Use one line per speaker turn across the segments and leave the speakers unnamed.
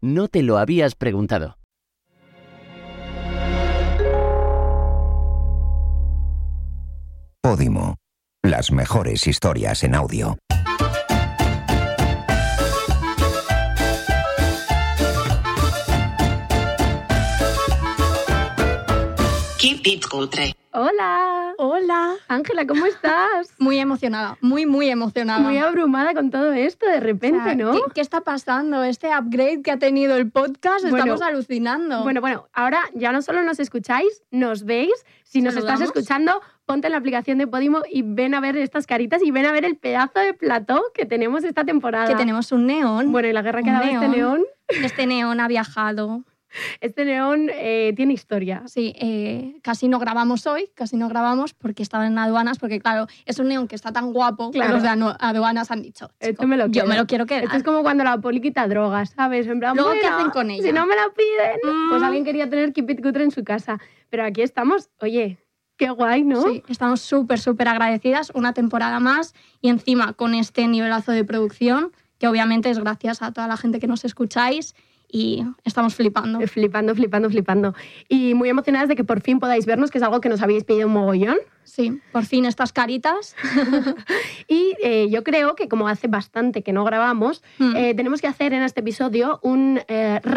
No te lo habías preguntado.
Podimo. Las mejores historias en audio.
Keep it culture.
Hola,
Hola,
Ángela, ¿cómo estás?
muy emocionada, muy, muy emocionada.
Muy abrumada con todo esto de
O sea,
repente, ¿no?
¿qué, qué está pasando? Este upgrade que ha tenido el podcast,
Bueno,
estamos alucinando.
Bueno, bueno, ahora ya no solo nos escucháis, nos veis. Si nos estás
¿Saludamos?
escuchando, ponte en la aplicación de Podimo y ven a ver estas caritas y ven a ver el pedazo de plató que tenemos esta temporada.
que tenemos un neón.
Bueno, y la guerra que
Un
ha dado este
neón.
neón,
Este neón ha viajado.
este neón eh, tiene historia.
Sí, eh, casi no grabamos hoy, casi no grabamos porque estaban en aduanas, porque claro, es un neón que está tan guapo
Claro.
que los de anu- aduanas han dicho.
Esto
"Chico,
me lo
yo
quedo".
me lo quiero quedar.
Esto es como cuando la poli quita drogas, ¿sabes? En plan,
Luego, ¿qué
bueno,
hacen con ella?
Si no me la piden,
Mm.
pues alguien quería tener Keep It Cutre en su casa. Pero aquí estamos, oye, qué guay, ¿no?
Sí, estamos súper, súper agradecidas. Una temporada más y encima con este nivelazo de producción, que obviamente es gracias a toda la gente que nos escucháis y estamos flipando.
Eh, Flipando, flipando, flipando. Y muy emocionadas de que por fin podáis vernos, que es algo que nos habéis pedido un mogollón.
Sí, por fin estas caritas.
Y eh, yo creo que como hace bastante que no grabamos,
Mm.
eh, tenemos que hacer en este episodio una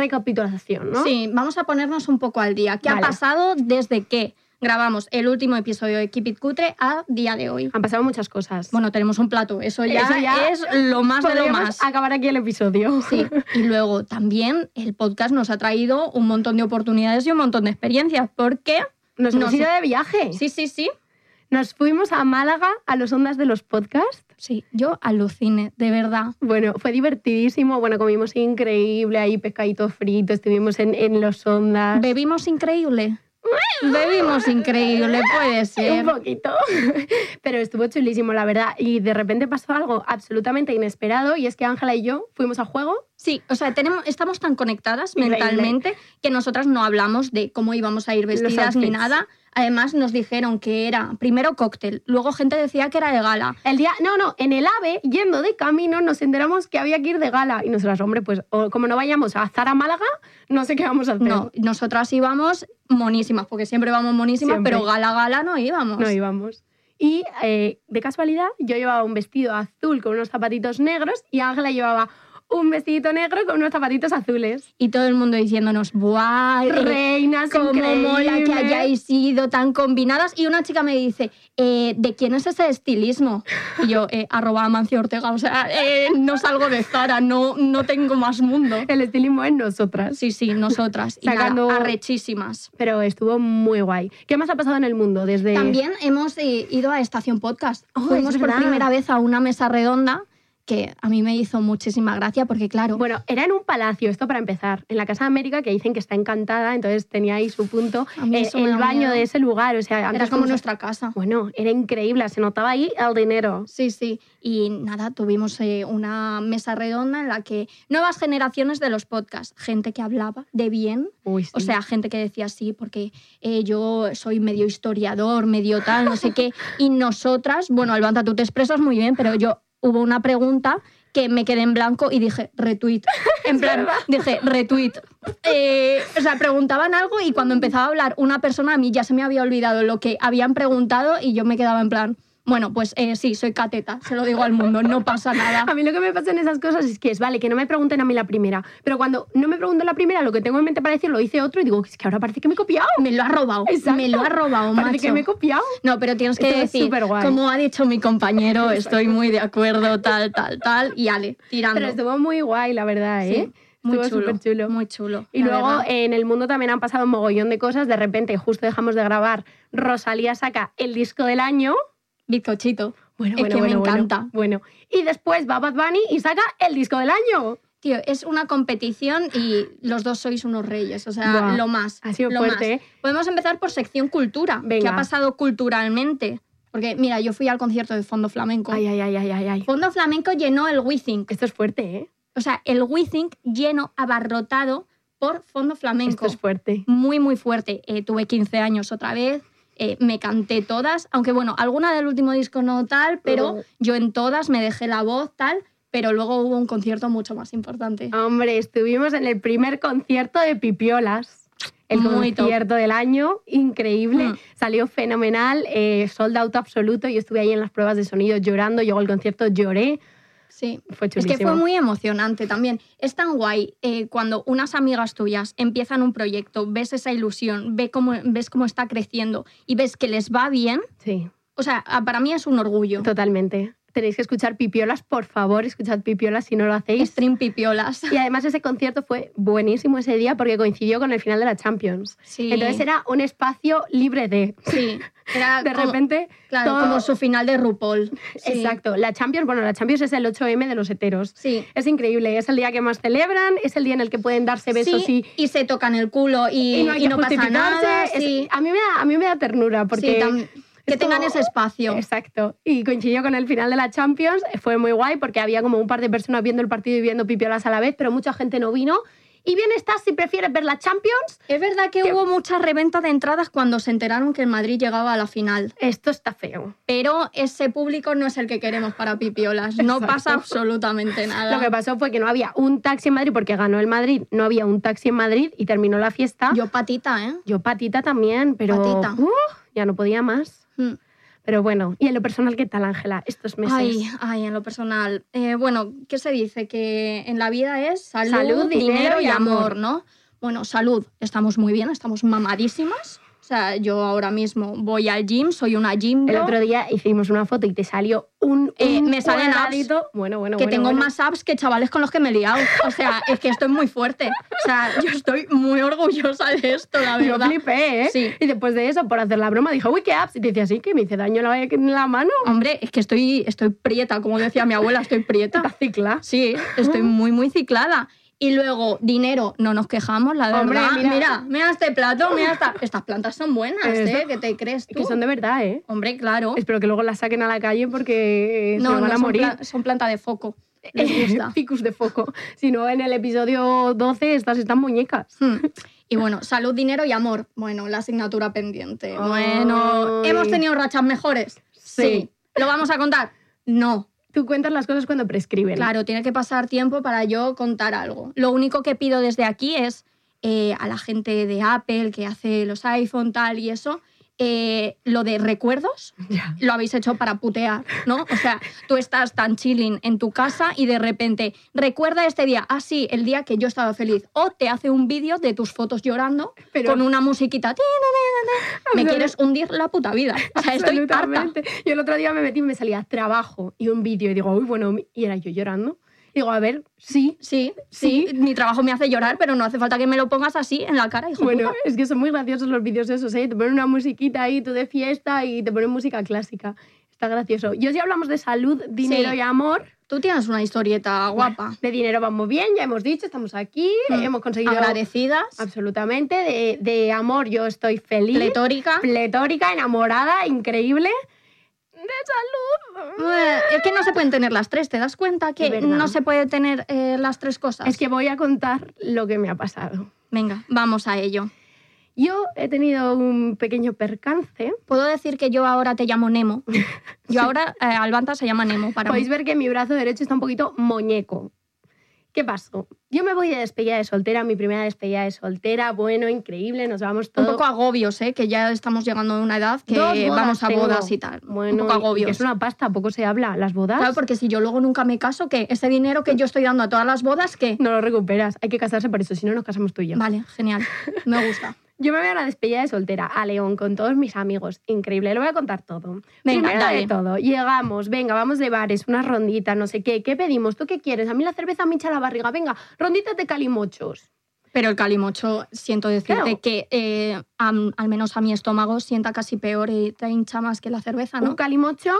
recapitulación, ¿no?
Sí, vamos a ponernos un poco al día. ¿Qué
Vale.
ha pasado desde que grabamos el último episodio de Keep It Cutre a día de hoy?
Han pasado muchas cosas.
Bueno, tenemos un plato, eso ya,
Eso ya
es lo más de lo
Podríamos
más.
acabar aquí el episodio.
Sí, y luego también el podcast nos ha traído un montón de oportunidades y un montón de experiencias, porque
Nos hemos
No,
ido
sí.
de viaje.
sí, sí, sí,
Nos fuimos a Málaga a los ondas de los podcasts.
Sí, yo aluciné, de verdad.
Bueno, fue divertidísimo. Bueno, comimos increíble ahí, pescadito frito, estuvimos en, en los ondas.
Bebimos increíble. Bebimos increíble, puede ser.
Un poquito. Pero estuvo chulísimo, la verdad. Y de repente pasó algo absolutamente inesperado y es que Ángela y yo fuimos a juego.
Sí, o sea, tenemos, estamos tan conectadas
Increíble.
mentalmente que nosotras no hablamos de cómo íbamos a ir
Los
vestidas ni
outfits.
nada. Además, nos dijeron que era primero cóctel, luego gente decía que era de gala.
El día, no, no, en el AVE, yendo de camino, nos enteramos que había que ir de gala. Y nosotras, hombre, pues o como no vayamos a Zara Málaga, no sé qué vamos a hacer.
No, nosotras íbamos monísimas, porque siempre vamos monísimas,
Siempre.
pero gala gala no íbamos.
No íbamos. Y eh, de casualidad, yo llevaba un vestido azul con unos zapatitos negros y Ángela llevaba un vestidito negro con unos zapatitos azules.
Y todo el mundo diciéndonos, ¡buah! eh,
Reinas,
Como mola que
increíbles.
hayáis sido tan combinadas. Y una chica me dice, eh, ¿de quién es ese estilismo? Y yo, eh, arroba Amancio Ortega, o sea, eh, no salgo de Zara, no, no tengo más mundo.
El estilismo en nosotras.
Sí, sí, nosotras. Y
Sacando-
nada, arrechísimas.
pero estuvo muy guay. ¿Qué más ha pasado en el mundo desde
También hemos eh, ido a Estación Podcast.
Oh, es
Fuimos por
verdad.
primera vez a una mesa redonda que a mí me hizo muchísima gracia porque, claro,
Bueno, era en un palacio, esto para empezar, en la Casa de América, que dicen que está encantada, entonces tenía ahí su punto,
A mí
eh,
eso me
el
da
baño
miedo.
de ese lugar, o sea, antes
era como
fuimos a-
nuestra casa.
Bueno, era increíble, se notaba ahí el dinero.
Sí, sí. Y nada, tuvimos eh, una mesa redonda en la que nuevas generaciones de los podcasts, gente que hablaba de bien,
Uy, sí.
o sea, gente que decía sí, porque eh, yo soy medio historiador, medio tal, no sé qué, y nosotras, bueno, Albanta, tú te expresas muy bien, pero yo hubo una pregunta que me quedé en blanco y dije retweet. En plan, dije retweet. Eh, o sea, preguntaban algo y cuando empezaba a hablar una persona a mí ya se me había olvidado lo que habían preguntado y yo me quedaba en plan, bueno, pues eh, sí, soy cateta, se lo digo al mundo, no pasa nada.
A mí lo que me pasa en esas cosas es que es, vale, que no me pregunten a mí la primera, pero cuando no me pregunto la primera, lo que tengo en mente para decir lo hice otro y digo, es que ahora parece que me he copiado.
Me lo ha robado,
Exacto.
me lo ha robado,
Parece que
macho.
me he copiado.
No, pero tienes que
Esto es
decir,
superguay.
como ha dicho mi compañero, estoy muy de acuerdo, tal, tal, tal, y ale, tirando.
Pero estuvo muy guay, la verdad, ¿eh?
Sí, muy
Estuvo
chulo,
superchulo.
muy chulo.
Y
la
luego
verdad.
en el mundo también han pasado un mogollón de cosas. De repente, justo dejamos de grabar, Rosalía saca el disco del año.
bizcochito.
Bueno,
Es que me encanta.
Bueno. Y después va Bad Bunny y saca el disco del año.
Tío, es una competición y los dos sois unos reyes, o sea,
Buah,
lo más.
Ha sido
lo
fuerte,
más.
¿eh?
Podemos empezar por sección cultura. ¿Qué
Venga.
ha pasado culturalmente? Porque, mira, yo fui al concierto de Fondo Flamenco.
Ay, ay, ay, ay, ay, ay.
Fondo Flamenco llenó el WeThink.
Esto es fuerte, ¿eh?
O sea, el WeThink lleno, abarrotado por Fondo Flamenco.
Esto es fuerte.
muy, muy fuerte. Eh, tuve 15 años otra vez, eh, me canté todas, aunque bueno, alguna del último disco no tal, pero yo en todas me dejé la voz tal, pero luego hubo un concierto mucho más importante.
Hombre, estuvimos en el primer concierto de Pipiolas. El
Muy top.
concierto del año, increíble,
Mm.
salió fenomenal, eh, sold out absoluto. Yo estuve ahí en las pruebas de sonido llorando, llegó el concierto, lloré.
Sí.
Fue
Es
chulísimo.
que fue muy emocionante también. Es tan guay eh, cuando unas amigas tuyas empiezan un proyecto, ves esa ilusión, ve cómo, ves cómo está creciendo y ves que les va bien.
Sí,
O sea, a- para mí es un orgullo.
totalmente. Tenéis que escuchar Pipiolas, por favor, escuchad Pipiolas si no lo hacéis.
Stream pipiolas.
Y además ese concierto fue buenísimo ese día porque coincidió con el final de la Champions.
Sí.
Entonces era un espacio libre de...
Sí. Era
De
como-
repente,
Claro,
todo-
como su final de RuPaul. Sí.
Exacto. La Champions, bueno, la Champions es el 8M de los heteros.
Sí.
Es increíble, es el día que más celebran, es el día en el que pueden darse besos
Sí, y se tocan el culo
y,
y,
no hay que
pasa
justificarse.
nada.
Es-
sí.
a, mí me da, a mí me da ternura porque...
Sí, tam-
es
que tengan
como-
ese espacio.
Exacto. Y coincidió con el final de la Champions. Fue muy guay porque había como un par de personas viendo el partido y viendo pipiolas a la vez, pero mucha gente no vino. Y bien estás si prefieres ver la Champions.
Es verdad que,
Que-
hubo mucha reventa de entradas cuando se enteraron que el Madrid llegaba a la final,
Esto está feo.
pero ese público no es el que queremos para Pipiolas. No
Exacto.
pasa absolutamente nada.
Lo que pasó fue que no había un taxi en Madrid porque ganó el Madrid. No había un taxi en Madrid y terminó la fiesta.
Yo patita, ¿eh?
Yo patita también, pero
Patita.
¡uh! ya no podía más.
Mm.
Pero bueno, y en lo personal, ¿qué tal, Ángela? Estos meses.
Ay, ay, en lo personal. Eh, bueno, ¿qué se dice? Que en la vida es salud,
Salud, dinero y
y amor,
amor.
¿no? Bueno, salud, estamos muy bien, estamos mamadísimas. O sea, yo ahora mismo voy al gym, soy una gym
el
bro,
otro día hicimos una foto y te salió un,
Eh,
un
me salen abs.
cuadradito. Bueno, bueno,
que
bueno,
tengo
bueno.
más apps que chavales con los que me he liado. O sea, es que estoy muy fuerte. O sea, yo estoy muy orgullosa de esto, la
Yo
verdad.
flipé, ¿eh?
Sí.
Y después de eso, por hacer la broma, dijo, uy, qué apps. Y te decía, sí, que me hice daño la, en la mano.
Hombre, es que estoy, estoy prieta, como decía mi abuela, estoy
La
prieta.
cicla.
Sí, estoy muy, muy ciclada. Y luego, dinero, no nos quejamos, la verdad.
Hombre, mira.
mira. mira, este plato, mira esta- Estas plantas son buenas,
Eso.
¿eh? ¿Qué te crees tú?
Que son de verdad, ¿eh?
Hombre, claro.
Espero que luego las saquen a la calle porque eh, se van a
son
morir.
pla- son planta de foco. Les gusta.
Ficus de foco. Si no, en el episodio 12 estas están muñecas.
Hmm. Y bueno, salud, dinero y amor. Bueno, la asignatura pendiente.
Ay.
Bueno, ¿hemos tenido rachas mejores?
Sí.
¿Lo vamos a contar? No.
Tú cuentas las cosas cuando prescriben.
Claro, tiene que pasar tiempo para yo contar algo. Lo único que pido desde aquí es eh, a la gente de Apple que hace los iPhone, tal y eso, eh, lo de recuerdos,
Ya.
lo habéis hecho para putear, ¿no? O sea, tú estás tan chilling en tu casa y de repente recuerda este día, ah, sí, el día que yo estaba feliz. O te hace un vídeo de tus fotos llorando
Pero-
con una musiquita. ti, na, na, na, na. Me
Absolut-
quieres hundir la puta vida. O sea, estoy harta.
Absolutamente. Yo el otro día me metí y me salía trabajo y un vídeo y digo, uy, bueno, y era yo llorando. Digo, a ver, sí.
Sí,
Sí.
sí, Mi trabajo me hace llorar, pero no hace falta que me lo pongas así en la cara, hijo
Bueno,
puta.
es que son muy graciosos los vídeos esos, ¿eh? Te ponen una musiquita ahí, tú de fiesta y te ponen música clásica. Está gracioso. Y hoy hablamos de salud, dinero
Sí.
y amor.
Tú tienes una historieta guapa.
De dinero vamos bien, ya hemos dicho, estamos aquí,
Mm.
hemos conseguido...
Agradecidas,
Absolutamente. De, de amor yo estoy feliz.
pletórica.
pletórica, enamorada, increíble. De salud.
Eh, Es que no se pueden tener las tres, ¿te das cuenta?
Es
Que
verdad.
no se puede tener eh, las tres cosas.
Es que voy a contar lo que me ha pasado.
Venga, vamos a ello.
Yo he tenido un pequeño percance.
Puedo decir que yo ahora te llamo Nemo. Yo ahora, eh, Albanta se llama Nemo para
Podéis
mí.
ver que mi brazo derecho está un poquito moñeco. ¿Qué pasó? Yo me voy de despedida de soltera, mi primera despedida de soltera, bueno, increíble, nos vamos
Un
todo.
poco agobios, ¿eh? Que ya estamos llegando a una edad que
Dos bodas
vamos a
tengo.
bodas y tal.
Bueno,
un
y-
poco
y que
agobios.
es una pasta, poco se habla. Las bodas
Claro, porque si yo luego nunca me caso, que ese dinero que yo estoy dando a todas las bodas, que
no lo recuperas. Hay que casarse por eso, si no nos casamos tú y yo.
Vale, genial. Me gusta.
Yo me voy a la despedida de soltera a León con todos mis amigos. Increíble, lo voy a contar todo. Primero
Venga,
de
dale.
todo, llegamos, venga, vamos de bares, una rondita, no sé qué. ¿Qué pedimos? ¿Tú qué quieres? A mí la cerveza me hincha la barriga. Venga, ronditas de calimochos.
Pero el calimocho, siento decirte
Claro.
que eh, am- al menos a mi estómago sienta casi peor y te hincha eh, más que la cerveza,
Un
¿no?
calimocho,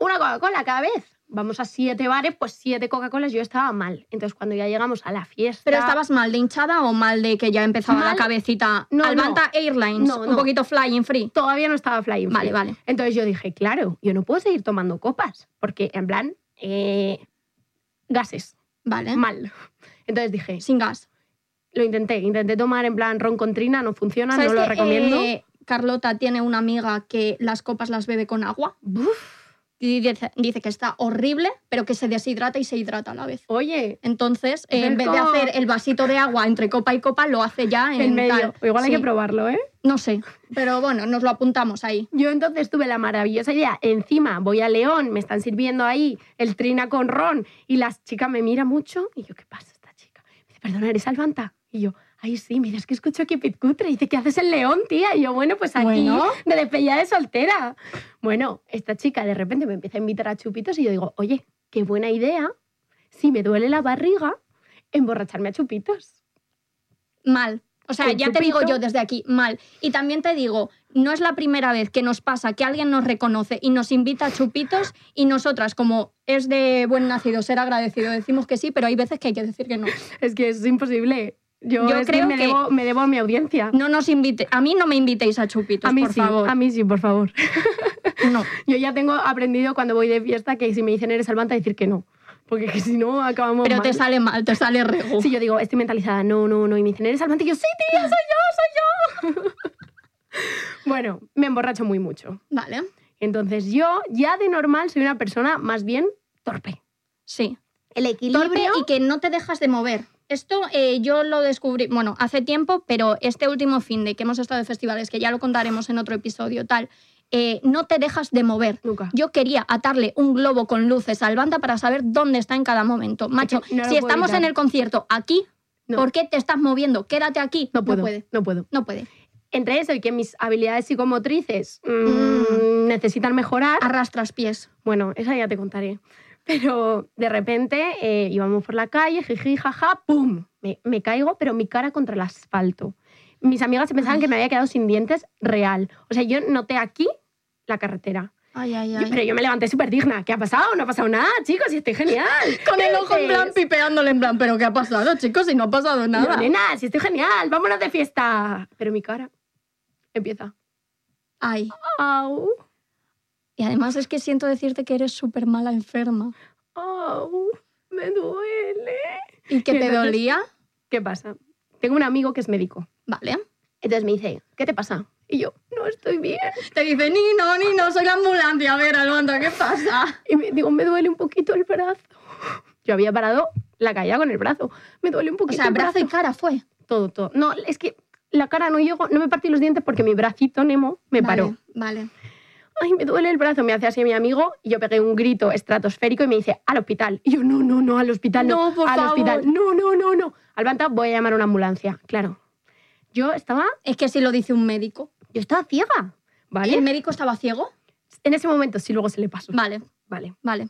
una Coca-Cola cada vez. vamos a siete bares, pues siete Coca-Colas, yo estaba mal. Entonces, cuando ya llegamos a la fiesta...
¿Pero estabas mal de hinchada o mal de que ya empezaba la
Mal-
cabecita?
No,
Alvanta Airlines,
No,
un
no.
poquito flying free.
Todavía no estaba flying.
Vale,
free.
vale.
Entonces yo dije, claro, yo no puedo seguir tomando copas, porque en plan, eh, gases,
Vale.
mal. Entonces dije,
Sin gas.
lo intenté, intenté tomar en plan ron con trina, no funciona, no
¿Sabes
lo
que,
recomiendo.
eh, Carlota tiene una amiga que las copas las bebe con agua.
Buf.
Y dice, dice que está horrible, pero que se deshidrata y se hidrata a la vez.
Oye,
Entonces, eh, en vez de
Rico.
hacer el vasito de agua entre copa y copa, lo hace ya en,
en medio.
tal.
O Igual hay
Sí,
que probarlo, ¿eh?
No sé, pero bueno, nos lo apuntamos ahí.
Yo entonces tuve la maravillosa idea. Encima voy a León, me están sirviendo ahí el trina con ron y las chicas me mira mucho. Y yo, ¿qué pasa esta chica? Me dice, perdona, ¿eres Alvanta? Y yo, ay, sí, mira, es que escucho aquí Pitcutre. Y dice, ¿qué haces en León, tía? Y yo, bueno, pues aquí,
Bueno.
de despedida de soltera. Bueno, esta chica de repente me empieza a invitar a chupitos y yo digo, oye, qué buena idea, si me duele la barriga, emborracharme a chupitos.
Mal. O sea,
Con
ya te digo
chupito.
yo desde aquí, mal. Y también te digo, no es la primera vez que nos pasa que alguien nos reconoce y nos invita a chupitos y nosotras, como es de buen nacido ser agradecido, decimos que sí, pero hay veces que hay que decir que no.
Es que es imposible. Yo,
Yo
es
creo
me
que-
debo, me debo a mi audiencia.
No nos invite, a mí no me invitéis a chupitos,
a mí
por
sí,
favor.
a Oh, mí sí, por favor.
No.
Yo ya tengo aprendido cuando voy de fiesta que si me dicen eres alvanta, decir que no. Porque que si no, acabamos
Pero
mal.
te sale mal, te sale rego.
Si yo digo, estoy mentalizada, no, no, no, y me dicen eres alvanta, y yo, sí, tía, soy yo, soy yo. bueno, me emborracho muy mucho.
Vale.
Entonces yo, ya de normal, soy una persona más bien torpe.
Sí.
El
torpe
equilibrio...
y que no te dejas de mover. Esto eh, yo lo descubrí, bueno, hace tiempo, pero este último fin de que hemos estado de festivales, que ya lo contaremos en otro episodio, tal, eh, no te dejas de mover.
Nunca.
Yo quería atarle un globo con luces al banda para saber dónde está en cada momento. Macho,
que no lo
si
puedo
estamos
evitar.
en el concierto aquí,
No.
¿por qué te estás moviendo? Quédate aquí.
No puedo,
No
no
puede.
puedo.
No puede.
Entre eso y que mis habilidades psicomotrices mm, necesitan mejorar,
Arrastras pies.
Bueno, esa ya te contaré. Pero de repente eh, íbamos por la calle, jiji, jaja, ¡pum! Me, me caigo, pero mi cara contra el asfalto. Mis amigas se pensaban que me había quedado sin dientes real. O sea, yo noté aquí la carretera.
Ay, ay,
Yo- Pero yo me levanté súper digna. ¿Qué ha pasado? No ha pasado nada, chicos, y estoy genial.
Con
¿Qué
el ojo en
dices?
plan, pipeándole en plan, ¿pero qué ha pasado, chicos? Si no ha pasado
No,
nada.
nena, si estoy genial, vámonos de fiesta. Pero mi cara empieza.
Ay.
Au,
Y además es que siento decirte que eres súper mala enferma.
au, me duele.
¿Y que
Y
te
entonces-
dolía?
¿Qué pasa? Tengo un amigo que es médico.
Vale.
Entonces me dice, ¿qué te pasa? Y yo, no estoy bien.
Te dice, Nino, Nino, soy la ambulancia. A ver, Alonso, ¿qué pasa?
Y me digo, me duele un poquito el brazo. Yo había parado la caída con el brazo. Me duele un
O
poquito
sea,
el
brazo y cara fue.
Todo, todo. No, es que la cara no llegó, no me partí los dientes porque mi bracito Nemo me paró.
Vale.
Ay, me duele el brazo. Me hace así mi amigo y yo pegué un grito estratosférico y me dice, al hospital. Y yo, no, no, no, al hospital no.
No, por
al
favor.
hospital. No, no, no, no. Alvanta, voy a llamar a una ambulancia. Claro. Yo estaba,
Es que si lo dice un médico.
yo estaba ciega.
¿Y el
¿Vale?
médico estaba ciego?
En ese momento sí, luego se le pasó.
Vale,
Vale.
vale.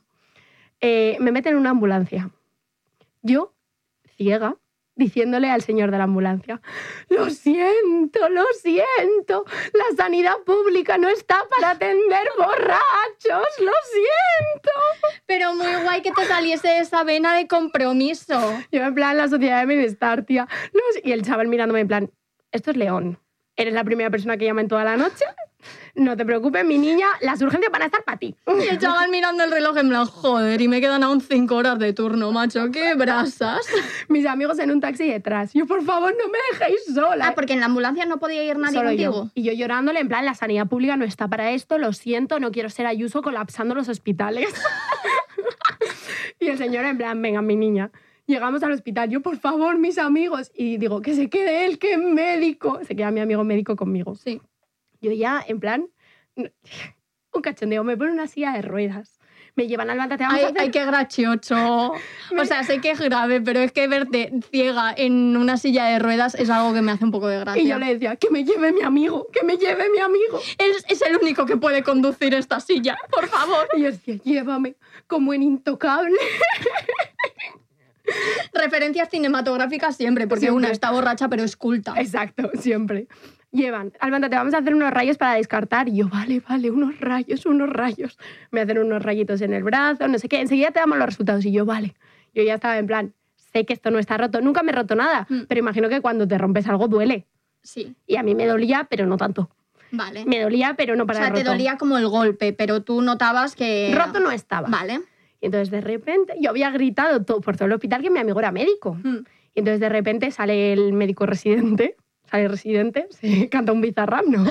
eh, me meten en una ambulancia. Yo, ciega, diciéndole al señor de la ambulancia, lo siento, lo siento, la sanidad pública no está para atender borrachos, lo siento.
Pero muy guay que te saliese esa vena de compromiso.
Yo en plan, la sociedad de bienestar, tía. Lo si- Y el chaval mirándome en plan, esto es León, eres la primera persona que llama en toda la noche, no te preocupes, mi niña, las urgencias van a estar para ti.
Y el chaval mirando el reloj en plan, joder, y me quedan aún cinco horas de turno, macho, qué brasas.
Mis amigos en un taxi detrás, yo por favor no me dejéis sola.
Ah, porque en la ambulancia no podía ir nadie
Solo yo.
contigo.
Y yo llorándole, en plan, la sanidad pública no está para esto, lo siento, no quiero ser Ayuso colapsando los hospitales. y el señor, en plan, venga, mi niña. Llegamos al hospital, yo, por favor, mis amigos. Y digo, que se quede él, que es médico. Se queda mi amigo médico conmigo.
Sí.
Yo ya, en plan, un cachondeo, me pone una silla de ruedas. Me llevan al bata, te vamos
Ay,
a hacer
ay, qué gracioso. O sea, sé que es grave, pero es que verte ciega en una silla de ruedas es algo que me hace un poco de gracia.
Y yo le decía, que me lleve mi amigo, que me lleve mi amigo.
Él es el único que puede conducir esta silla, por favor.
Y yo decía, llévame, como en intocable.
Referencias cinematográficas siempre, porque
Siempre.
una está borracha pero es culta.
Exacto, siempre. llevan, Almanta, te vamos a hacer unos rayos para descartar. Y yo, vale, vale, unos rayos, unos rayos. Me hacen unos rayitos en el brazo, no sé qué. Enseguida te damos los resultados. Y yo, vale. Yo ya estaba en plan, sé que esto no está roto. Nunca me he roto nada,
Mm.
pero imagino que cuando te rompes algo duele.
Sí,
Y a mí me dolía, pero no tanto.
vale.
Me dolía, pero no
O
para
sea, te
roto.
dolía como el golpe, pero tú notabas que...
Roto no estaba.
Vale.
Y entonces de repente yo había gritado to- por todo el hospital que mi amigo era médico.
Mm.
Y entonces de repente sale el médico residente, sale el residente, se canta un bizarrap, ¿no?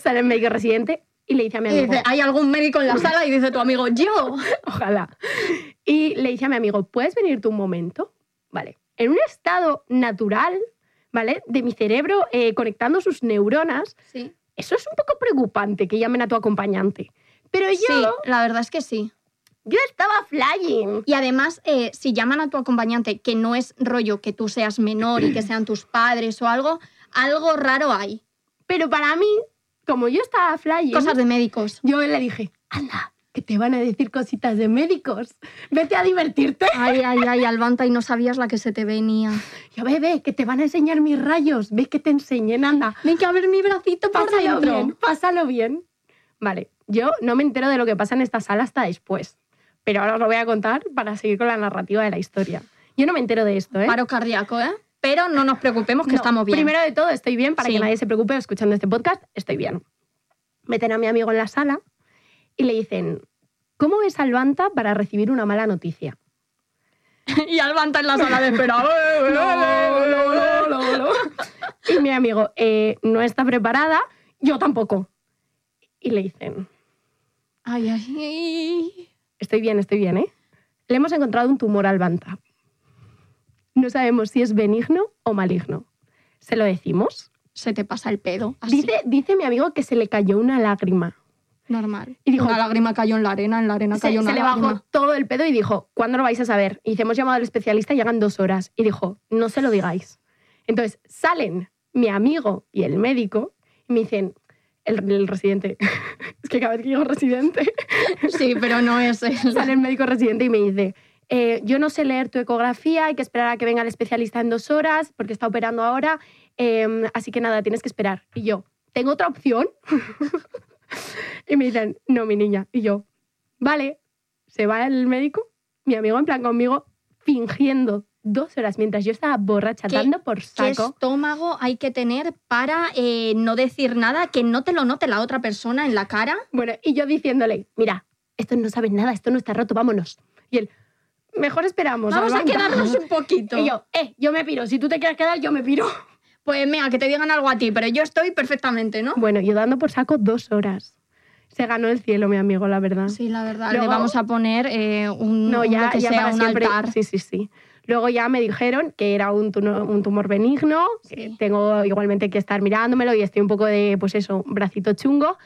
sale el médico residente y le dice a mi
Y
amigo,
dice, "Ah". hay algún médico en la sala y dice tu amigo, yo.
ojalá. Y le dice a mi amigo, ¿puedes venir tú un momento? Vale. En un estado natural, ¿vale? De mi cerebro eh, conectando sus neuronas,
Sí.
eso es un poco preocupante que llamen a tu acompañante. Pero yo,
Sí, la verdad es que sí.
yo estaba flying.
Y además, eh, si llaman a tu acompañante, que no es rollo que tú seas menor y que sean tus padres o algo, algo raro hay.
Pero para mí, como yo estaba flying,
Cosas de médicos.
yo le dije, anda, que te van a decir cositas de médicos. Vete a divertirte.
Ay, ay, ay, Alvanta, y no sabías la que se te venía.
Yo, bebé, que te van a enseñar mis rayos. Ve que te enseñen, anda.
Ven que a ver mi bracito por
Pásalo
dentro.
bien, pásalo bien. Vale, yo no me entero de lo que pasa en esta sala hasta después. Pero ahora os lo voy a contar para seguir con la narrativa de la historia. Yo no me entero de esto, ¿eh?
Paro cardíaco, ¿eh? Pero no nos preocupemos que
No,
estamos bien.
Primero de todo, estoy bien, para
Sí.
que nadie se preocupe escuchando este podcast, estoy bien. Meten a mi amigo en la sala y le dicen, ¿cómo ves al Banta para recibir una mala noticia?
y Alvanta en la sala de espera.
Y mi amigo, "Eh, no está preparada, yo tampoco. Y le dicen,
Ay, ay, ay.
estoy bien, estoy bien, ¿eh? Le hemos encontrado un tumor al Banta. No sabemos si es benigno o maligno. ¿Se lo decimos?
Se te pasa el pedo. Así,
Dice, dice mi amigo que se le cayó una lágrima.
normal.
Y dijo-
una lágrima cayó en la arena, en la arena
se,
cayó una
se le
lágrima.
bajó todo el pedo y dijo, ¿cuándo lo vais a saber? Y dice, hemos llamado al especialista, llegan dos horas. Y dijo, no se lo digáis. Entonces salen mi amigo y el médico y me dicen, el, el residente, es que cada vez que digo residente,
Sí, pero no es él.
sale el médico residente y me dice, "Eh, yo no sé leer tu ecografía, hay que esperar a que venga el especialista en dos horas porque está operando ahora, eh, así que nada, tienes que esperar. Y yo, ¿tengo otra opción? y me dicen, no, mi niña. Y yo, vale, se va el médico, mi amigo en plan conmigo, fingiendo dos horas mientras yo estaba borracha,
¿Qué-
dando por
¿Qué
saco.
estómago hay que tener para eh, no decir nada que no te lo note la otra persona en la cara?
Bueno, y yo diciéndole, mira, esto no sabes nada, esto no está roto, vámonos. Y él, mejor esperamos.
Vamos a
Albanca".
quedarnos un poquito.
Pues Y yo, eh, yo me piro. Si tú te quieres quedar, yo me piro.
Pues mira, que te digan algo a ti, pero yo estoy perfectamente, ¿no?
Bueno, yo dando por saco dos horas. Se ganó el cielo, mi amigo, la verdad.
Sí, la verdad.
Luego-
le vamos a poner eh, un,
no, ya,
lo que
ya
sea,
para
un
siempre.
altar.
Sí, sí, sí. Luego ya me dijeron que era un tumor, un tumor benigno. que
Sí.
Tengo igualmente que estar mirándomelo y estoy un poco de, pues eso, bracito chungo.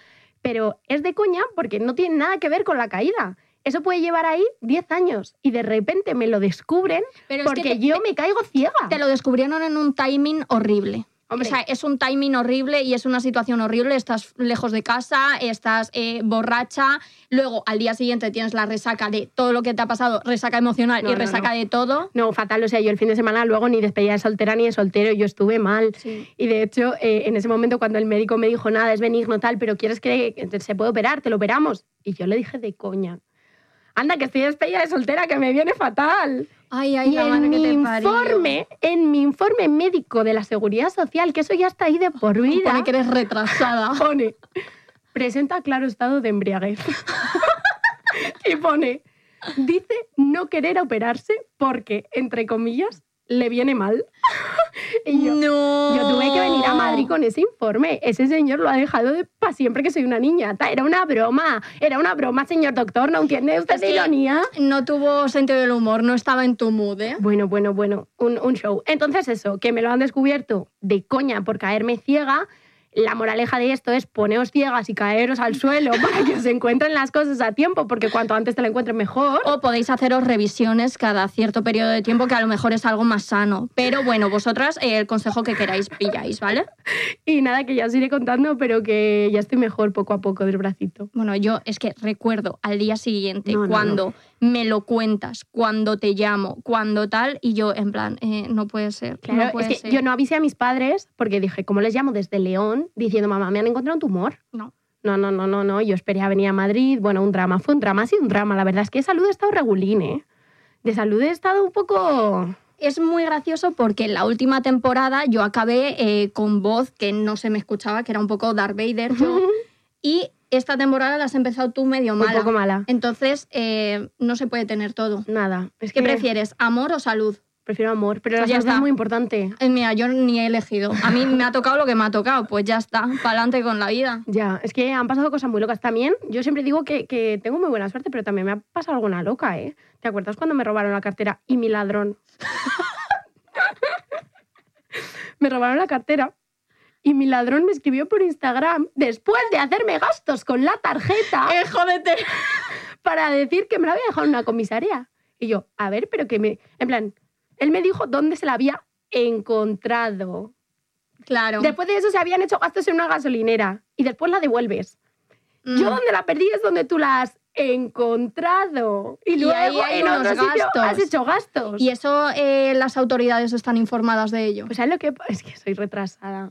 Pero es de coña porque no tiene nada que ver con la caída. Eso puede llevar ahí 10 años y de repente me lo descubren
Pero es que
porque
te-
yo me caigo ciega.
Te lo descubrieron en un timing horrible.
Hombre.
O sea, es un timing horrible y es una situación horrible. Estás lejos de casa, estás eh, borracha. Luego, al día siguiente, tienes la resaca de todo lo que te ha pasado, resaca emocional
No,
y
no,
resaca
no.
de todo.
No, fatal. O sea, yo el fin de semana luego ni despedida de soltera ni de soltero. Yo estuve mal.
Sí.
Y de hecho, eh, en ese momento cuando el médico me dijo, nada, es benigno tal, pero quieres que que se puede operar, te lo operamos. Y yo le dije de coña. Anda, que estoy despedida de soltera, que me viene fatal.
Ay, ay,
y
la madre
en mi
que te parió.
informe, en mi informe médico de la Seguridad Social, que eso ya está ahí de por vida,
Pone que eres retrasada.
pone, presenta claro estado de embriaguez. y pone, dice no querer operarse porque, entre comillas, le viene mal. y yo,
no.
yo tuve que venir a Madrid con ese informe. Ese señor lo ha dejado de para siempre que soy una niñata. Era una broma. Era una broma, señor doctor. ¿No entiende usted
Es
la
que-
ironía?
No tuvo sentido del humor, no estaba en tu mood, ¿eh?
Bueno, bueno, bueno. Un, un show. Entonces eso, que me lo han descubierto de coña por caerme ciega. La moraleja de esto es poneos ciegas y caeros al suelo para que se encuentren las cosas a tiempo, porque cuanto antes te la encuentres mejor.
O podéis haceros revisiones cada cierto periodo de tiempo, que a lo mejor es algo más sano. Pero bueno, vosotras eh, el consejo que queráis pilláis, ¿vale?
Y nada, que ya os iré contando, pero que ya estoy mejor poco a poco del bracito.
Bueno, yo es que recuerdo al día siguiente
No, no,
cuando me lo cuentas, cuando te llamo, cuando tal, y yo en plan, eh, no puede ser.
Claro,
no puede
es que
ser.
yo no avisé a mis padres porque dije, ¿cómo les llamo desde León? Diciendo, mamá, me han encontrado un tumor.
No.
No, no, no, no, no. Yo esperé a venir a Madrid. Bueno, un drama. Fue un drama, sí, un drama. La verdad es que de salud he estado regulín, ¿eh? De salud he estado un poco...
Es muy gracioso porque en la última temporada yo acabé eh, con voz que no se me escuchaba, que era un poco Darth Vader yo, y esta temporada la has empezado tú medio
un
mala.
poco mala.
Entonces, eh, no se puede tener todo.
Nada. Es
¿Qué
que
prefieres, amor o salud?
Prefiero amor, pero la
Ya
salud
está.
es muy importante.
Eh, mira, yo ni he elegido. A mí me ha tocado lo que me ha tocado. Pues ya está, pa'lante con la vida.
Ya, es que han pasado cosas muy locas también. Yo siempre digo que, que tengo muy buena suerte, pero también me ha pasado alguna loca, ¿eh? ¿Te acuerdas cuando me robaron la cartera y mi ladrón? me robaron la cartera y mi ladrón me escribió por Instagram después de hacerme gastos con la tarjeta. ¡Eh, jódete! Para decir que me la había dejado en una comisaría. Y yo, a ver, pero que me. En plan, él me dijo dónde se la había encontrado.
Claro.
Después de eso se habían hecho gastos en una gasolinera y después la devuelves.
Mm.
Yo donde la perdí es donde tú la has encontrado. Y,
Y
luego
ahí hay
en
unos
otro sitio
gastos.
has hecho gastos.
Y eso eh, las autoridades están informadas de ello.
Pues ¿sabes lo que pa- Es que soy retrasada.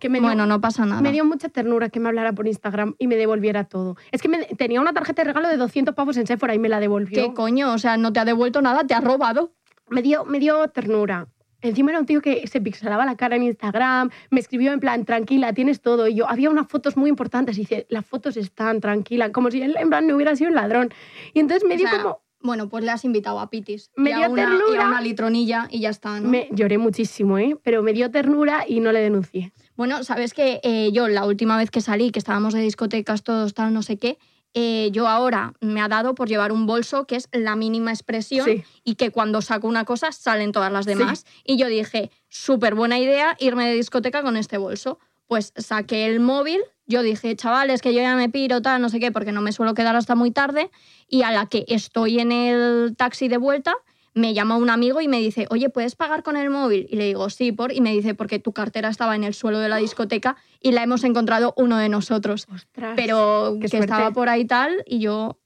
Que me dio,
bueno, no pasa nada.
me dio mucha ternura que me hablara por Instagram y me devolviera todo. Es que me- tenía una tarjeta de regalo de 200 pavos en Sephora y me la devolvió.
¿Qué coño? O sea, no te ha devuelto nada, te ha robado.
me dio, me dio ternura. Encima era un tío que se pixelaba la cara en Instagram, me escribió en plan, tranquila, tienes todo. Y yo, había unas fotos muy importantes. Y dice, las fotos están, tranquila. Como si él en plan no hubiera sido un ladrón. Y entonces me
O
dio
sea,
como...
Bueno, pues le has invitado a Pitis.
Me
y a
dio
una, Y a
ternura.
una litronilla y ya está, ¿no?
Me lloré muchísimo, ¿eh? Pero me dio ternura y no le denuncié.
Bueno, sabes que yo la última vez que salí, que estábamos de discotecas, todos tal, no sé qué, eh, yo ahora me ha dado por llevar un bolso que es la mínima expresión
Sí.
y que cuando saco una cosa salen todas las demás. Y yo dije, súper buena idea irme de discoteca con este bolso. Pues saqué el móvil, yo dije, chavales, que yo ya me piro, tal, no sé qué, porque no me suelo quedar hasta muy tarde. Y a la que estoy en el taxi de vuelta, me llama un amigo y me dice, oye, ¿puedes pagar con el móvil? Y le digo, sí, por. Y me dice, porque tu cartera estaba en el suelo de la discoteca y la hemos encontrado uno de nosotros.
Ostras.
Pero
Ah, qué
que estaba
suerte.
por ahí tal y yo,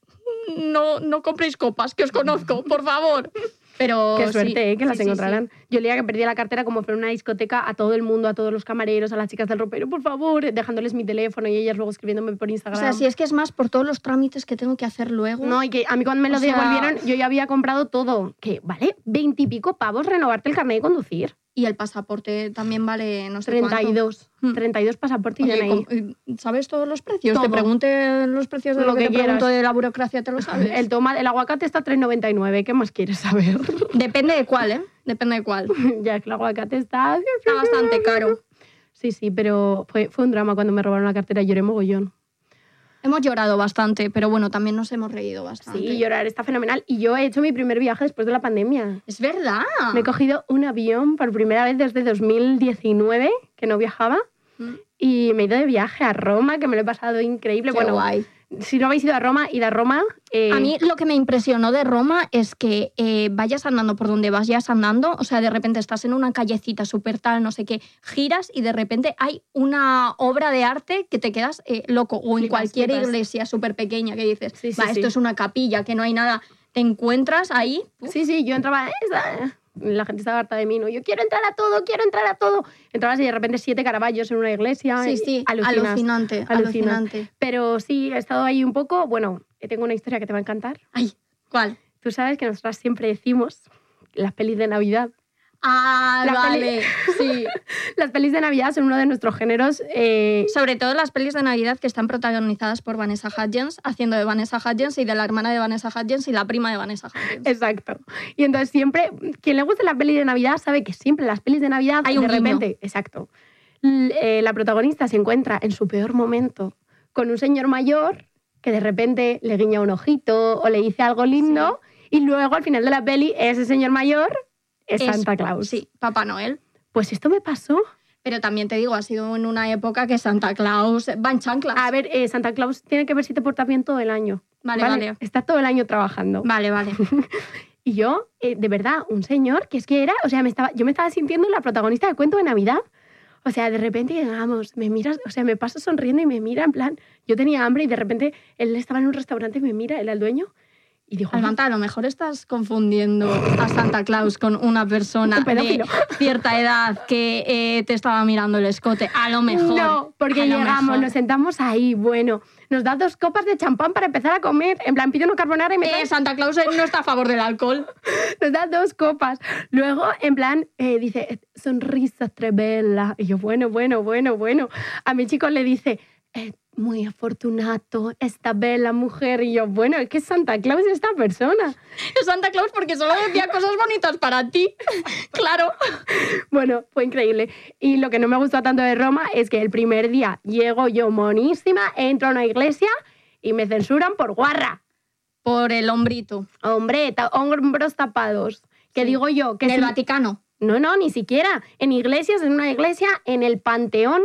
"Mm, no, no compréis copas, que os conozco, por favor. Pero
Qué
sí,
suerte, ¿eh? Que
sí,
las
sí, sí.
encontrarán. Yo leía que perdí la cartera como fue en una discoteca a todo el mundo, a todos los camareros, a las chicas del ropero, por favor, dejándoles mi teléfono y ellas luego escribiéndome por
O
Instagram.
sea, si es que es más por todos los trámites que tengo que hacer luego.
No, y que a mí cuando me lo
O sea-
devolvieron, yo ya había comprado todo. Que vale, veintipico pavos renovarte el carnet de conducir.
Y el pasaporte también vale, no sé cuánto.
32.
Hmm.
32 pasaportes y
Oye,
DNI.
¿cómo- eh, ¿Sabes todos los precios? Te
Todo.
pregunte los precios de
Lo
lo, que,
que
te
quieras.
pregunto de la burocracia, te lo sabes.
El, toma, el aguacate está a 3,99. ¿Qué más quieres saber?
Depende de cuál, ¿eh? Depende de cuál.
ya que el aguacate está.
Está bastante caro.
Sí, sí, pero fue, fue un drama cuando me robaron la cartera. Lloré mogollón.
Hemos llorado bastante, pero bueno, también nos hemos reído bastante.
Sí, llorar está fenomenal. Y yo he hecho mi primer viaje después de la pandemia.
Es verdad.
Me he cogido un avión por primera vez desde 2019, que no viajaba.
Mm.
Y me he ido de viaje a Roma, que me lo he pasado increíble.
Qué
bueno,
guay.
si no habéis ido a Roma, id a Roma. eh,
A mí lo que me impresionó de Roma es que eh, vayas andando por donde vayas andando, o sea, de repente estás en una callecita súper tal, no sé qué, giras y de repente hay una obra de arte que te quedas eh, loco, o en
Flipas,
cualquier
flipas.
iglesia súper pequeña que dices,
Sí, sí,
va, esto
sí.
es una capilla, que no hay nada, te encuentras ahí. uf,
Sí, sí, yo entraba. "Esa". La gente estaba harta de mí, ¿no? Yo quiero entrar a todo, quiero entrar a todo. Entrabas y de repente siete caraballos en una iglesia.
sí,
y
sí,
alucinas.
alucinante,
alucinas.
alucinante.
Pero sí, he estado ahí un poco. Bueno, tengo una historia que te va a encantar.
Ay, ¿cuál?
Tú sabes que nosotras siempre decimos las pelis de Navidad.
Ah,
La
vale, sí.
Las pelis de Navidad son uno de nuestros géneros. eh,
Sobre todo las pelis de Navidad que están protagonizadas por Vanessa Hudgens, haciendo de Vanessa Hudgens y de la hermana de Vanessa Hudgens y la prima de Vanessa Hudgens.
Exacto. Y entonces siempre, quien le guste las pelis de Navidad sabe que siempre las pelis de Navidad
Hay
de
un guiño.
repente, exacto. l- eh, la protagonista se encuentra en su peor momento con un señor mayor que de repente le guiña un ojito o le dice algo lindo y luego al final de la peli ese señor mayor es,
Es-
Santa Claus.
Sí, Papá Noel.
Pues esto me pasó.
Pero también te digo, ha sido en una época que Santa Claus va en chanclas.
A ver, eh, Santa Claus tiene que ver si te portas bien todo el año.
Ah, vale, vale.
Está todo el año trabajando.
Vale, vale.
Y yo, eh, de verdad, un señor que es que era, o sea, me estaba, yo me estaba sintiendo la protagonista del cuento de Navidad. O sea, de repente llegamos, me miras, o sea, me paso sonriendo y me mira en plan, yo tenía hambre y de repente él estaba en un restaurante y me mira, él era el dueño, Y dijo,
Almanta, a lo mejor estás confundiendo a Santa Claus con una persona
Un pedófilo.
de cierta edad que eh, te estaba mirando el escote. A lo mejor.
No, porque
a lo
llegamos,
mejor.
nos sentamos ahí, bueno, nos da dos copas de champán para empezar a comer, en plan, pido una carbonara y me
Eh,
traes-
Santa Claus eh, no está a favor del alcohol.
nos da dos copas. Luego, en plan, eh, dice, sonrisas trevelas. Y yo, bueno, bueno, bueno, bueno. A mi chico le dice, "Eh, muy afortunato, esta bella mujer. Y yo, bueno, es que Santa Claus es esta persona.
Santa Claus porque solo decía cosas bonitas para ti. Claro.
Bueno, fue increíble. Y lo que no me gustó tanto de Roma es que el primer día llego yo monísima, entro a una iglesia y me censuran por guarra.
Por el hombrito.
Hombre, ta- hombros tapados. Que
Sí.
digo yo, que
En el
si-
Vaticano.
No, no, ni siquiera. En iglesias, en una iglesia, en el panteón.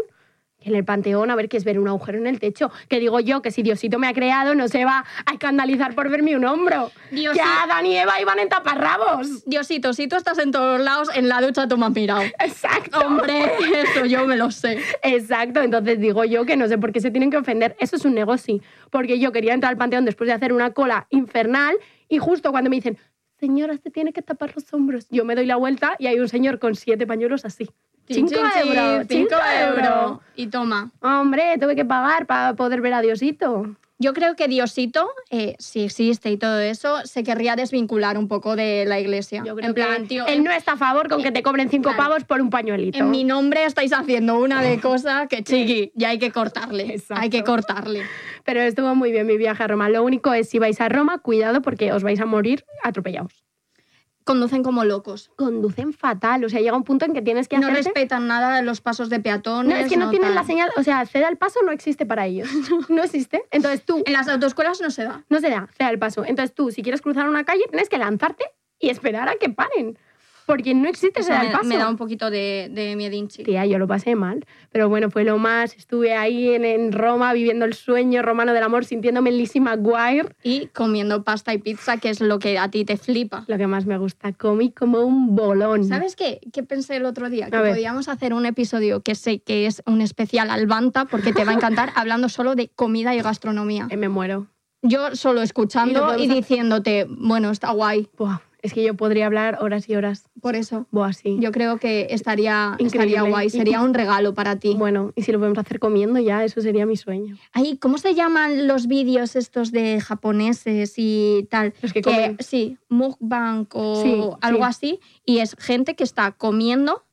En el panteón, a ver qué es ver un agujero en el techo. Que digo yo que si Diosito me ha creado, no se va a escandalizar por verme un hombro.
Dios,
que Adán y Eva iban en taparrabos.
Diosito, si tú estás en todos lados, en la ducha tú me has mirado.
Exacto.
Hombre, eso yo me lo sé.
Exacto, entonces digo yo que no sé por qué se tienen que ofender. Eso es un negocio. Porque yo quería entrar al panteón después de hacer una cola infernal y justo cuando me dicen, señora, se tiene que tapar los hombros, yo me doy la vuelta y hay un señor con siete pañuelos así.
Chin,
Cinco
chin, chin,
euros,
cinco
cinco euros.
euros. Y toma.
Hombre, tuve que pagar para poder ver a Diosito.
Yo creo que Diosito, eh, si existe y todo eso, se querría desvincular un poco de la iglesia.
Yo creo
en plan,
que
tío,
él no está a favor con que te cobren cinco
Claro.
pavos por un pañuelito.
en mi nombre estáis haciendo una de cosas que chiqui, ya hay que cortarle.
Exacto.
Hay que cortarle.
Pero estuvo muy bien mi viaje a Roma. Lo único es, si vais a Roma, cuidado porque os vais a morir atropellados.
Conducen como locos.
Conducen fatal, o sea, llega un punto en que tienes que
No
hacerte-
respetan nada los pasos de peatones.
No, es que no, tienen
tal.
la señal, o sea, ceda el paso no existe para ellos. No existe. Entonces tú,
En las autoescuelas no se da.
no se da, ceda el paso. Entonces tú, si quieres cruzar una calle, tienes que lanzarte y esperar a que paren. Porque no existe
Eso
ceda el
me,
paso.
me da un poquito de, de miedinchi.
Tía, yo lo pasé mal. Pero bueno, fue lo más. Estuve ahí en, en Roma viviendo el sueño romano del amor, sintiéndome Lizzie McGuire.
Y comiendo pasta y pizza, que es lo que a ti te flipa.
Lo que más me gusta, comí como un bolón.
¿Sabes qué? ¿Qué pensé el otro día? Que
A ver.
podíamos hacer un episodio que sé que es un especial albanta, porque te va a encantar, hablando solo de comida y gastronomía.
Eh, me muero.
Yo solo escuchando
podemos
y,
hacer-
diciéndote, bueno, está guay,
Buah, es que yo podría hablar horas y horas.
por eso.
Buah, sí.
Yo creo que estaría,
Increíble.
estaría guay, sería un regalo para ti.
Bueno, y si lo podemos hacer comiendo ya, eso sería mi sueño.
Ahí, ¿cómo se llaman los vídeos estos de japoneses y tal?
Los que comen.
sí, mukbang o
Sí, sí.
algo así. Y es gente que está comiendo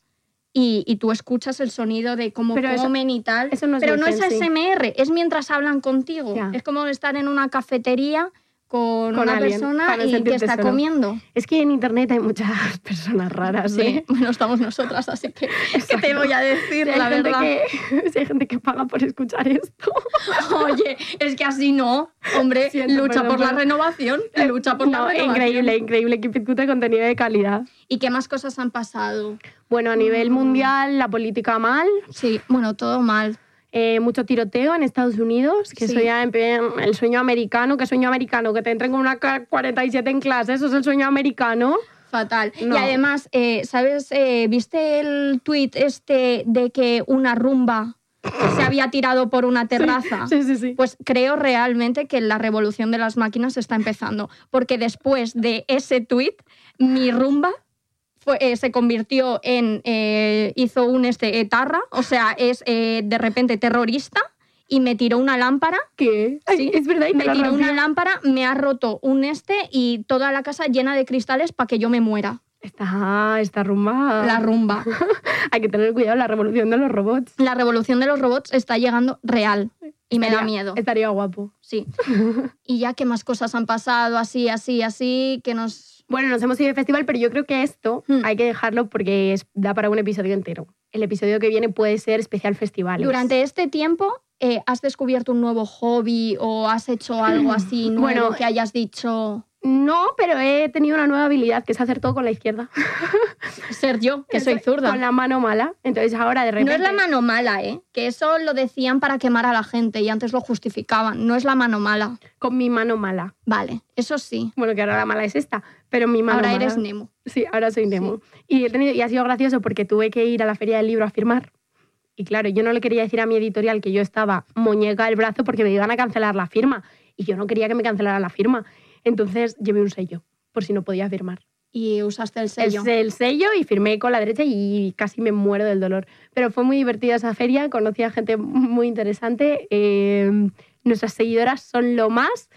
y, y tú escuchas el sonido de cómo
Pero eso-
comen y tal.
eso no es
Pero no es
dicen, sí.
ASMR, es mientras hablan contigo.
Ya.
Es como estar en una cafetería con,
Con
una
alguien,
persona
para
y que
sentirte
está
solo.
comiendo.
Es que en internet hay muchas personas raras,
Sí,
¿eh?
bueno, estamos nosotras, así que ¿qué te voy a decir,
Si hay,
la
gente
verdad?
que, si hay gente que paga por escuchar esto.
Oye, es que así no. Hombre,
Siento,
lucha
perdón,
por la
pero-
renovación, lucha por
No,
la renovación.
increíble, increíble que discute contenido de calidad.
¿Y qué más cosas han pasado?
Bueno, a
Mm.
nivel mundial, la política mal,
Sí, bueno, todo mal.
eh, mucho tiroteo en Estados Unidos, que
Sí.
eso ya en plan, el sueño americano, que sueño americano, que te entren con una K 47 en clase, eso es el sueño americano.
Fatal.
No.
Y además, eh, ¿sabes? Eh, ¿Viste el tuit este de que una rumba se había tirado por una terraza?
Sí, sí, sí.
Pues creo realmente que la revolución de las máquinas está empezando, porque después de ese tuit, mi rumba fue- eh, se convirtió en, eh, hizo un este, etarra, o sea, es eh, de repente terrorista y me tiró una lámpara
¿Qué? Ay,
Sí.
es verdad, y te
me
lo
tiró una
rompió.
lámpara, me ha roto un este y toda la casa llena de cristales para que yo me muera.
Está, está rumba.
La rumba.
hay que tener cuidado, la revolución de los robots.
La revolución de los robots está llegando real y me da
Estaría-
miedo.
Estaría guapo.
Sí. Y ya qué más cosas han pasado, así, así, así, que nos...
Bueno, nos hemos ido de festival, pero yo creo que esto
Hmm.
hay que dejarlo porque es- da para un episodio entero. El episodio que viene puede ser especial festivales.
Durante este tiempo... eh, ¿Has descubierto un nuevo hobby o has hecho algo así nuevo
Bueno,
que hayas dicho
No, pero he tenido una nueva habilidad que es hacer todo con la izquierda.
ser yo, que soy zurda?
Con la mano mala. Entonces ahora de
No
repente.
es la mano mala, ¿eh? Que eso lo decían para quemar a la gente y antes lo justificaban. No es la mano mala.
Con mi mano mala.
Vale, eso sí.
Bueno, que ahora la mala es esta, pero mi mano
Ahora
mala.
eres Nemo.
Sí, ahora soy Nemo. Y, he tenido, y ha sido gracioso porque tuve que ir a la feria del libro a firmar. Y claro, yo no le quería decir a mi editorial que yo estaba muñeca del brazo porque me iban a cancelar la firma. Y yo no quería que me cancelaran la firma. Entonces llevé un sello, por si no podía firmar.
Y usaste el sello.
Es el sello y firmé con la derecha y casi me muero del dolor. Pero fue muy divertida esa feria, conocí a gente muy interesante. eh, nuestras seguidoras son lo más.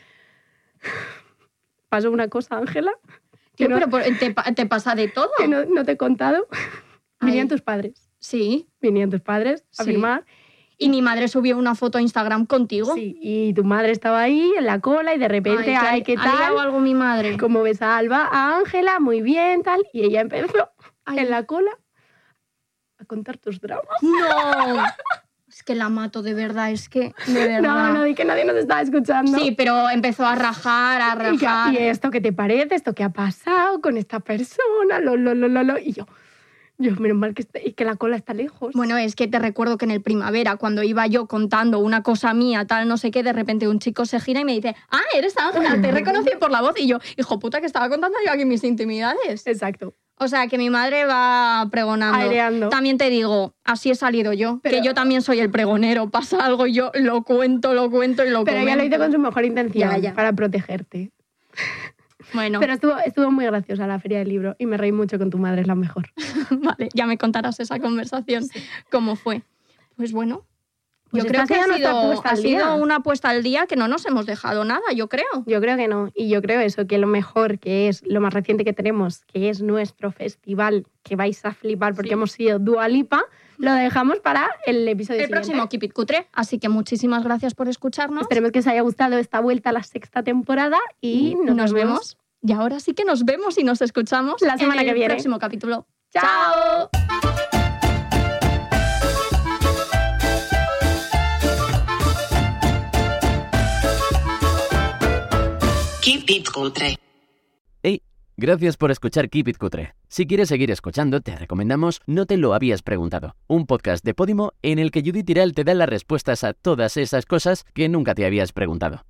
Pasó una cosa, Ángela, que
Tío,
no-
pero por- te, pa- te pasa de todo.
que no, no te he contado. Venían
Ay.
tus padres.
Sí.
Venían tus padres a
Sí.
firmar.
Y mi madre subió una foto a Instagram contigo.
Sí, y tu madre estaba ahí en la cola y de repente, ay, ¿qué
ha ligado
tal?
algo mi madre.
Como ves a Alba, a Ángela, muy bien, tal. Y ella empezó
Ay,
en la cola a contar tus dramas.
No. Es que la mato, de verdad, es que, de verdad.
No, no, di que nadie nos estaba escuchando.
Sí, pero empezó a rajar, a
Y, yo,
rajar.
¿y esto qué te parece? ¿Esto qué ha pasado con esta persona? Lo, lo, lo, lo, lo. Y yo, yo, menos mal que, está- y que la cola está lejos.
Bueno, es que te recuerdo que en el primavera, cuando iba yo contando una cosa mía, tal, no sé qué, de repente un chico se gira y me dice, ah, eres Ángela, te reconocí por la voz. Y yo, hijo puta, que estaba contando yo aquí mis intimidades.
exacto.
O sea, que mi madre va pregonando.
Aireando.
También te digo, así he salido yo,
Pero-
que yo también soy el pregonero. Pasa algo y yo lo cuento, lo cuento y lo
Pero ella lo hizo
comento.
con su mejor intención,
Ya, ya.
para protegerte.
Bueno,
Pero estuvo, estuvo muy graciosa la feria del libro y me reí mucho con tu madre, es la mejor.
vale, ya me contarás esa conversación, cómo fue. Pues bueno,
Pues
yo creo
esta
que
ha
ha
sido nuestra
sido,
apuesta
ha
al día. Pues
sido una apuesta al día que no nos hemos dejado nada, yo creo.
Yo creo que no. Y yo creo eso, que lo mejor, que es lo más reciente que tenemos, que es nuestro festival, que vais a flipar porque
Sí.
hemos sido Dualipa, lo dejamos para el episodio
El
siguiente.
próximo Keep It Cutre. Así que muchísimas gracias por escucharnos.
Esperemos que os haya gustado esta vuelta a la sexta temporada y nos,
vemos. Y ahora sí que nos vemos y nos escuchamos
La semana
en
que
el
viene.
próximo capítulo.
¡Chao!
Keep it country.
Gracias por escuchar Keep It Cutre. Si quieres seguir escuchando, te recomendamos No te lo habías preguntado, un podcast de Podimo en el que Judith Tiral te da las respuestas a todas esas cosas que nunca te habías preguntado.